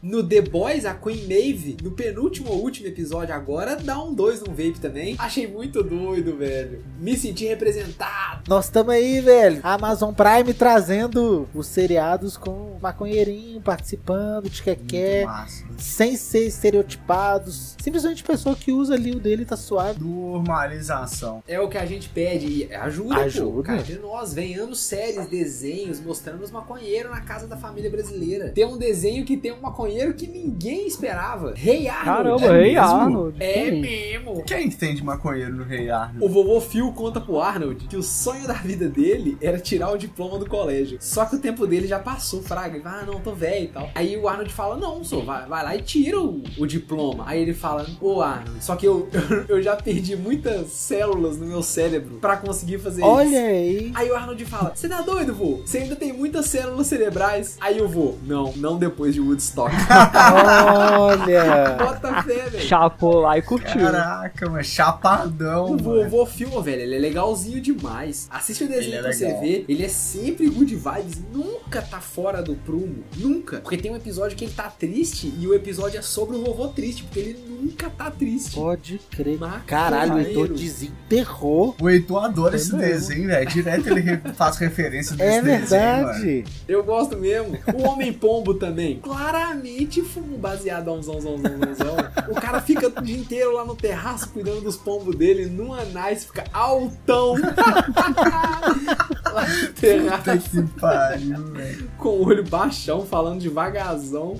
Speaker 3: No The Boys, a Queen Maeve, no penúltimo ou último episódio agora, dá um 2 num vape também. Achei muito doido, velho. Me senti representado.
Speaker 1: Nós estamos aí, velho. A Amazon Prime trazendo os seriados com maconheirinho participando, de quequé,
Speaker 4: Massa.
Speaker 1: sem ser estereotipados. Simplesmente pessoa que usa ali o dele tá suave.
Speaker 4: Normalização.
Speaker 3: É o que a gente pede e ajuda, pô.
Speaker 1: Ajuda.
Speaker 3: Cara, de nós, venhamos séries, desenhos, mostrando os maconheiros na casa da família brasileira. Tem um desenho que tem um maconheiro que ninguém esperava. Rei Arnold.
Speaker 2: Caramba, Rei
Speaker 4: mesmo?
Speaker 2: Arnold.
Speaker 3: É
Speaker 2: Sim.
Speaker 3: mesmo.
Speaker 4: Quem que tem de maconheiro no Rei Arnold?
Speaker 3: O vovô Phil conta pro Arnold que o sonho da vida dele era tirar o diploma do colégio. Só que o tempo dele já passou, fraga. Ele fala, ah, não, tô velho e tal. Aí o Arnold fala, não, só vai, vai lá e tira o, o diploma. Aí ele fala, ô Arnold, só que eu, eu já perdi muitas células no meu cérebro pra conseguir fazer isso.
Speaker 1: Olha aí.
Speaker 3: Aí o Arnold fala: Você tá doido, vô? Você ainda tem muitas células cerebrais. Aí eu vou: Não, não depois de Woodstock.
Speaker 1: Olha.
Speaker 3: Bota fé, velho.
Speaker 2: Chapou lá e curtiu.
Speaker 4: Caraca, mano, chapadão.
Speaker 3: O
Speaker 4: mano.
Speaker 3: vovô Phil, velho, ele é legalzinho demais. Assiste o desenho
Speaker 4: Ele é
Speaker 3: pra você
Speaker 4: legal.
Speaker 3: ver. Ele é sempre good vibes. Nunca tá fora do prumo. Nunca. Porque tem um episódio que ele tá triste e o episódio é sobre o vovô triste. Porque ele nunca tá triste.
Speaker 1: Pode crer.
Speaker 3: Maconheiro.
Speaker 1: Caralho, o Heitor desenterrou.
Speaker 4: O Heitor
Speaker 1: É
Speaker 4: adora esse
Speaker 1: mesmo.
Speaker 4: desenho, velho. Direto ele re- faz referência desse
Speaker 1: É
Speaker 4: desenho. mano.
Speaker 1: verdade.
Speaker 3: Eu gosto mesmo. O Homem Pombo também. Claramente fumo baseado a umzão, zão, zão, zão, zão. O cara fica o dia inteiro lá no terraço cuidando dos pombos dele. Numa nice, fica altão. lá no terraço,
Speaker 4: Puta que pariu, velho.
Speaker 3: com o olho baixão, falando devagarzão.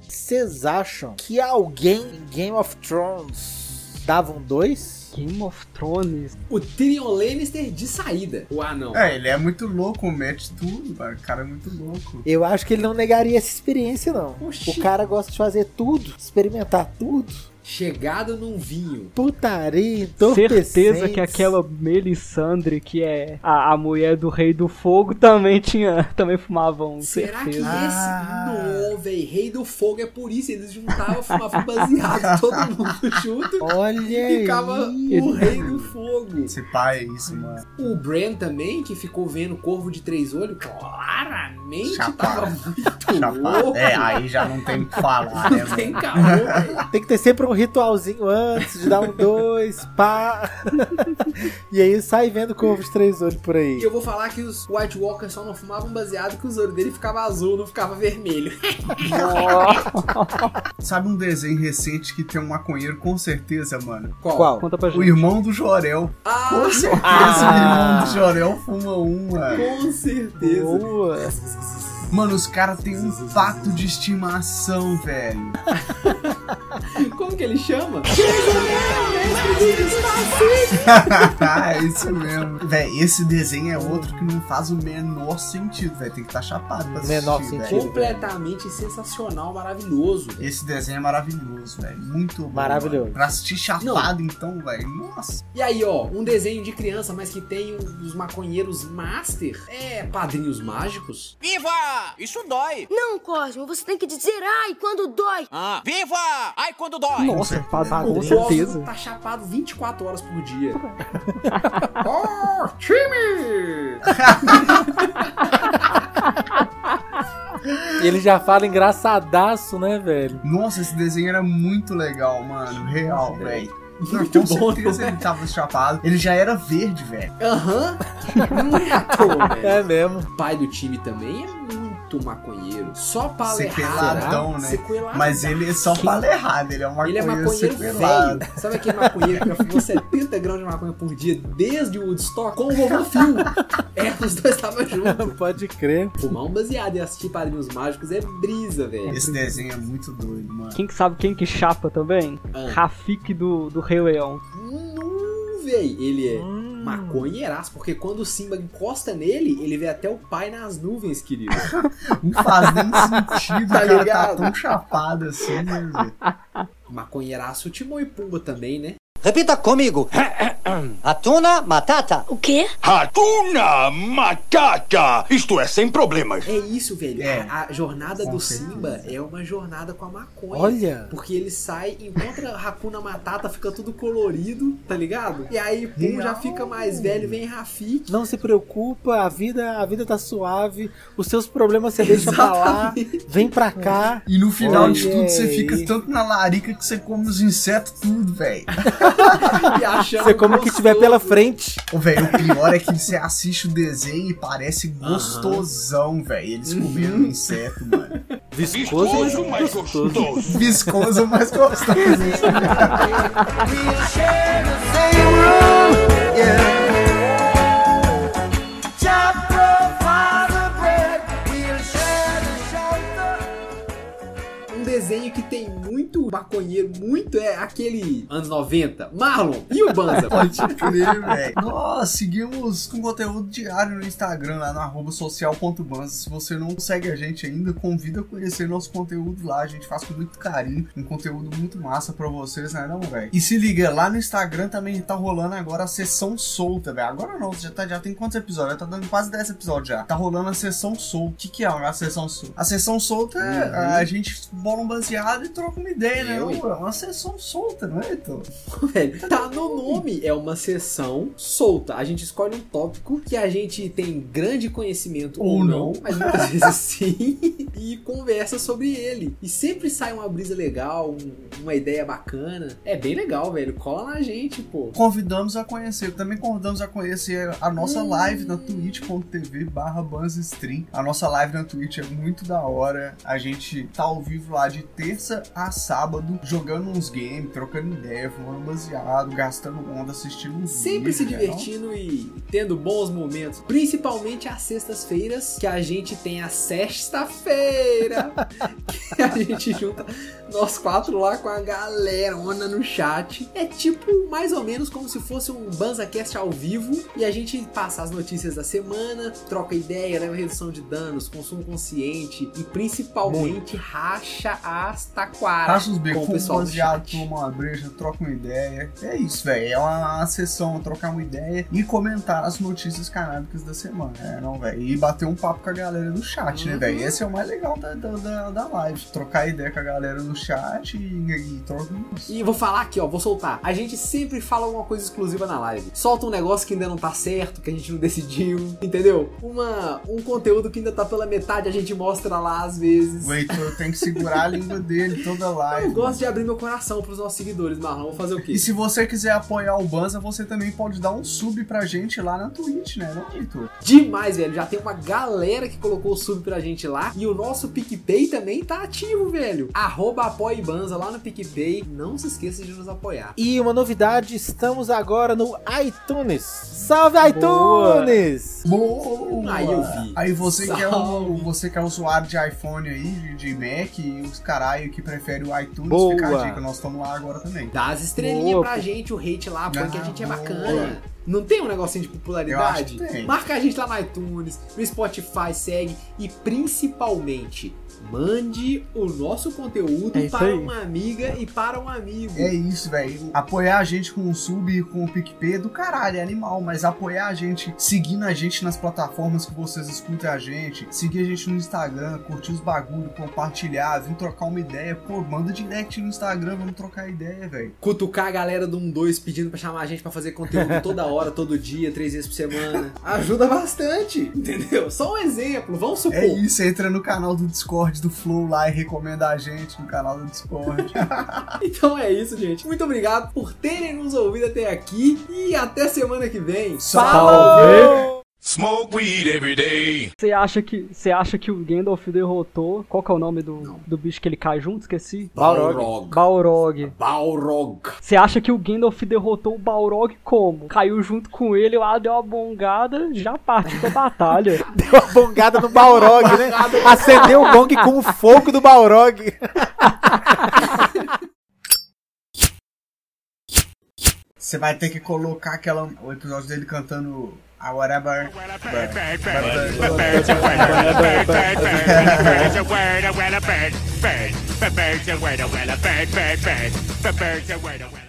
Speaker 1: Vocês acham que alguém em Game of Thrones dava um 2?
Speaker 2: Game of Thrones.
Speaker 3: O Tyrion Lannister de saída. O anão.
Speaker 4: É, ele é muito louco, mete tudo, mano. O cara é muito louco.
Speaker 1: Eu acho que ele não negaria essa experiência, não.
Speaker 3: Oxi.
Speaker 1: O cara gosta de fazer tudo, experimentar tudo.
Speaker 3: Chegado num vinho.
Speaker 1: Putaria, entorpecentes.
Speaker 2: Certeza que aquela Melisandre, que é a, a mulher do Rei do Fogo, também tinha. Também fumavam.
Speaker 3: Será que esse.
Speaker 2: certeza.
Speaker 4: Ah.
Speaker 3: Não, velho. Rei do fogo é por isso. Eles juntavam, fumavam baseado, todo mundo junto.
Speaker 1: Olha aí.
Speaker 3: Ficava o rei do fogo.
Speaker 4: Esse pai é isso, mano.
Speaker 3: O Bran também, que ficou vendo Corvo de Três Olhos, claramente
Speaker 4: Chapado.
Speaker 3: tava muito
Speaker 4: Chapado.
Speaker 3: louco.
Speaker 4: É, aí já não tem o que falar, né,
Speaker 3: Não
Speaker 4: mano?
Speaker 3: tem calor.
Speaker 1: Tem que ter sempre um ritualzinho antes de dar um 2, pá. e aí sai vendo corvo de três olhos por aí.
Speaker 3: Eu vou falar que os White Walkers só não fumavam baseado que o olhos dele ficava azul, não ficava vermelho.
Speaker 4: Sabe um desenho recente que tem um maconheiro com certeza, mano?
Speaker 1: Qual?
Speaker 2: Conta pra
Speaker 4: O
Speaker 2: gente.
Speaker 4: irmão do Jorel.
Speaker 3: Ah,
Speaker 4: Com certeza
Speaker 1: Ah.
Speaker 4: o irmão do Jorel fuma um, uma.
Speaker 3: com certeza.
Speaker 1: Boa.
Speaker 4: Mano, os caras têm um pacto de estimação, velho.
Speaker 3: Como que ele chama?
Speaker 4: Ah, é isso mesmo. Véi, esse desenho é outro que não faz o menor sentido, velho. Tem que estar chapado pra assistir,
Speaker 1: Menor
Speaker 4: véi.
Speaker 1: sentido.
Speaker 3: Completamente sensacional, maravilhoso.
Speaker 4: Esse desenho é maravilhoso, velho. Muito bom.
Speaker 1: Maravilhoso.
Speaker 4: mano. Pra assistir chapado, então, velho. Nossa.
Speaker 3: E aí, ó, um desenho de criança, mas que tem um- os maconheiros master. É, padrinhos mágicos.
Speaker 8: Viva! Isso dói!
Speaker 7: Não, Cosmo, você tem que dizer ai quando dói.
Speaker 8: Ah, viva! Ai, quando dói!
Speaker 2: Nossa, faz,
Speaker 1: Padrinho.
Speaker 2: com
Speaker 3: O
Speaker 2: certeza.
Speaker 3: Cosmo tá chapado 24 horas por dia. oh, time!
Speaker 1: Ele já fala engraçadaço, né, velho?
Speaker 4: Nossa, esse desenho era muito legal, mano. Real, velho. Não,
Speaker 3: Muito
Speaker 4: com
Speaker 3: bom,
Speaker 4: certeza ele tava chapado. Ele já era verde, velho.
Speaker 3: Aham. Não é à toa,
Speaker 1: É
Speaker 3: velho.
Speaker 1: mesmo.
Speaker 3: O pai do time também é muito maconheiro. Só pra
Speaker 4: Sequeladão, né? Mas ele é só fala errado, ele é um
Speaker 3: Ele é
Speaker 4: maconheiro,
Speaker 3: maconheiro
Speaker 4: sequelado.
Speaker 3: velho. Sabe aquele maconheiro que já fumou 70 gramas de maconha por dia desde o Woodstock com o vovô Phil? É, os dois estavam juntos.
Speaker 1: Pode crer.
Speaker 3: Fumar um baseado e assistir Padrinhos Mágicos é brisa, velho.
Speaker 4: Esse desenho é muito doido, mano.
Speaker 2: Quem que sabe quem que chapa também?
Speaker 3: Ah.
Speaker 2: Rafik do, do Rei Leão.
Speaker 3: Não, véi. Ele é maconheiraço, porque quando o Simba encosta nele, ele vê até o pai nas nuvens, querido.
Speaker 4: Não faz nem sentido,
Speaker 3: Tá
Speaker 4: o cara. Tá
Speaker 3: ligado?
Speaker 4: tão chapado assim, né, velho?
Speaker 3: Maconheiraço Timão e Pumba também, né?
Speaker 12: Repita comigo. Hatuna Matata.
Speaker 7: O quê?
Speaker 13: Hatuna Matata! Isto é, sem problemas.
Speaker 3: É isso, velho. A, a jornada do Simba é uma jornada com a maconha.
Speaker 1: Olha.
Speaker 3: Porque ele sai, encontra Hakuna Matata, fica tudo colorido, tá ligado? E aí, pum, já fica mais velho, vem Rafik.
Speaker 1: Não se preocupa, a vida, a vida tá suave, os seus problemas você deixa pra lá, vem pra cá.
Speaker 4: E no final
Speaker 1: Olha
Speaker 4: de tudo, você
Speaker 1: aí.
Speaker 4: fica tanto na larica que você come os insetos tudo, velho.
Speaker 3: E achando
Speaker 1: Você come o que tiver pela frente.
Speaker 4: Ô, velho, o pior é que você assiste o desenho e parece gostosão, velho. Eles comendo inseto, mano.
Speaker 1: Viscoso, mas gostoso.
Speaker 4: Viscoso, mas gostoso.
Speaker 3: Um desenho que tem muito maconheiro, muito é aquele anos 90. Marlon e o Banza.
Speaker 4: Pode crer, velho. Nós seguimos com conteúdo diário no Instagram, lá no arroba social.banza. Se você não segue a gente ainda, convida a conhecer nosso conteúdo lá. A gente faz com muito carinho, um conteúdo muito massa pra vocês, né não, velho? E se liga, lá no Instagram também tá rolando agora a sessão solta, velho. Agora não, já, tá, já tem quantos episódios? Já tá dando quase 10 episódios já. Tá rolando a sessão solta. O que que é a sessão solta? A sessão solta é
Speaker 3: Uhum.
Speaker 4: a gente bola um baseado e troca uma ideia, né?
Speaker 3: Eu,
Speaker 4: não,
Speaker 3: hein?
Speaker 4: É uma sessão solta, não é, então?
Speaker 3: Velho, tá no nome. É uma sessão solta. A gente escolhe um tópico que a gente tem grande conhecimento ou,
Speaker 4: Ou
Speaker 3: não,
Speaker 4: não.
Speaker 3: mas muitas vezes sim, e conversa sobre ele. E sempre sai uma brisa legal, um- uma ideia bacana. É bem legal, velho. Cola na gente, pô.
Speaker 4: convidamos a conhecer. Também convidamos a conhecer a nossa live na twitch.tv barra banzestream. A nossa live na Twitch é muito da hora. A gente tá ao vivo lá de terça a sábado, jogando uns games, trocando ideia, fumando baseado, gastando onda, assistindo um
Speaker 3: Sempre
Speaker 4: vídeo,
Speaker 3: se
Speaker 4: né, não?
Speaker 3: divertindo e tendo bons momentos. Principalmente às sextas-feiras, que a gente tem a sexta-feira. que a gente junta nós quatro lá com a galera, onda no chat. É tipo mais ou menos como se fosse um BanzaCast ao vivo. E a gente passa as notícias da semana, troca ideia, leva redução de danos, consumo consciente e principalmente racha as taquaras
Speaker 4: Passa os becos,
Speaker 3: com o
Speaker 4: fuma um
Speaker 3: pessoal do
Speaker 4: baseado,
Speaker 3: chat.
Speaker 4: toma uma breja, troca uma ideia. É isso, velho. É uma sessão, trocar uma ideia e comentar as notícias canábicas da semana. É, não, velho. E bater um papo com a galera no chat, né,
Speaker 3: Uhum.
Speaker 4: velho? Esse é o mais legal da, da, da, da live. Trocar ideia com a galera no chat e, e troca um uns-
Speaker 3: E vou falar aqui, ó, vou soltar. A gente sempre fala alguma coisa exclusiva na live. Solta um negócio que ainda não tá certo, que a gente não decidiu, entendeu? Uma, um conteúdo que ainda tá pela metade, a gente mostra lá às vezes.
Speaker 4: O Heitor tem que segurar a língua dele toda
Speaker 3: Eu
Speaker 4: live.
Speaker 3: gosto de abrir meu coração pros nossos seguidores, Marlon. Vou fazer o quê?
Speaker 4: E se você quiser apoiar o Banza, você também pode dar um sub pra gente lá na Twitch, né, não, Heitor?
Speaker 3: Demais, velho. Já tem uma galera que colocou o sub pra gente lá. E o nosso PicPay também tá ativo, velho. Arroba apoie Banza lá no PicPay. Não se esqueça de nos apoiar.
Speaker 1: E uma novidade, estamos agora no iTunes. Salve
Speaker 2: Boa.
Speaker 1: iTunes!
Speaker 4: Boa!
Speaker 3: Aí eu vi.
Speaker 4: Aí você que, é o,
Speaker 3: Salve.
Speaker 4: você que é usuário de iPhone aí, de, de Mac, e os caralho que prefere o iTunes,
Speaker 1: Boa.
Speaker 4: fica a dica, nós estamos lá agora também.
Speaker 3: Dá as estrelinhas
Speaker 1: Boa,
Speaker 3: pra
Speaker 1: pô.
Speaker 3: gente, o hate lá, põe que a
Speaker 4: Ah,
Speaker 3: gente é
Speaker 4: boa.
Speaker 3: bacana. Não tem um negocinho de popularidade?
Speaker 4: Eu acho que tem.
Speaker 3: Marca a gente lá no iTunes, no Spotify, segue e principalmente mande o nosso conteúdo
Speaker 2: É isso
Speaker 3: para
Speaker 2: aí.
Speaker 3: uma amiga e para um amigo.
Speaker 4: É isso, velho. Apoiar a gente com o sub e com o PicPay é do caralho, é animal. Mas apoiar a gente seguindo a gente nas plataformas que vocês escutam a gente, seguir a gente no Instagram, curtir os bagulho, compartilhar, vir trocar uma ideia. Pô, manda direct no Instagram, vamos trocar ideia, velho.
Speaker 3: Cutucar a galera do 1-2 pedindo pra chamar a gente pra fazer conteúdo toda hora, todo dia, três vezes por semana. Ajuda bastante, entendeu? Só um exemplo, vamos supor.
Speaker 4: É isso, entra no canal do Discord do Flow lá e recomenda a gente no canal do Discord.
Speaker 3: Então é isso, gente. Muito obrigado por terem nos ouvido até aqui e até semana que vem.
Speaker 2: Talvez.
Speaker 13: Smoke weed every day.
Speaker 2: Você acha que você acha que o Gandalf derrotou? Qual que é o nome do, do bicho que ele cai junto? Esqueci.
Speaker 3: Balrog.
Speaker 2: Balrog.
Speaker 3: Balrog.
Speaker 2: Você acha que o Gandalf derrotou o Balrog como? Caiu junto com ele lá, deu uma bongada, já partiu pra batalha.
Speaker 1: Deu uma bongada no Balrog, né? Acendeu o gong com o fogo do Balrog.
Speaker 4: Você vai ter que colocar aquela, o episódio dele cantando a whatever.
Speaker 11: Birds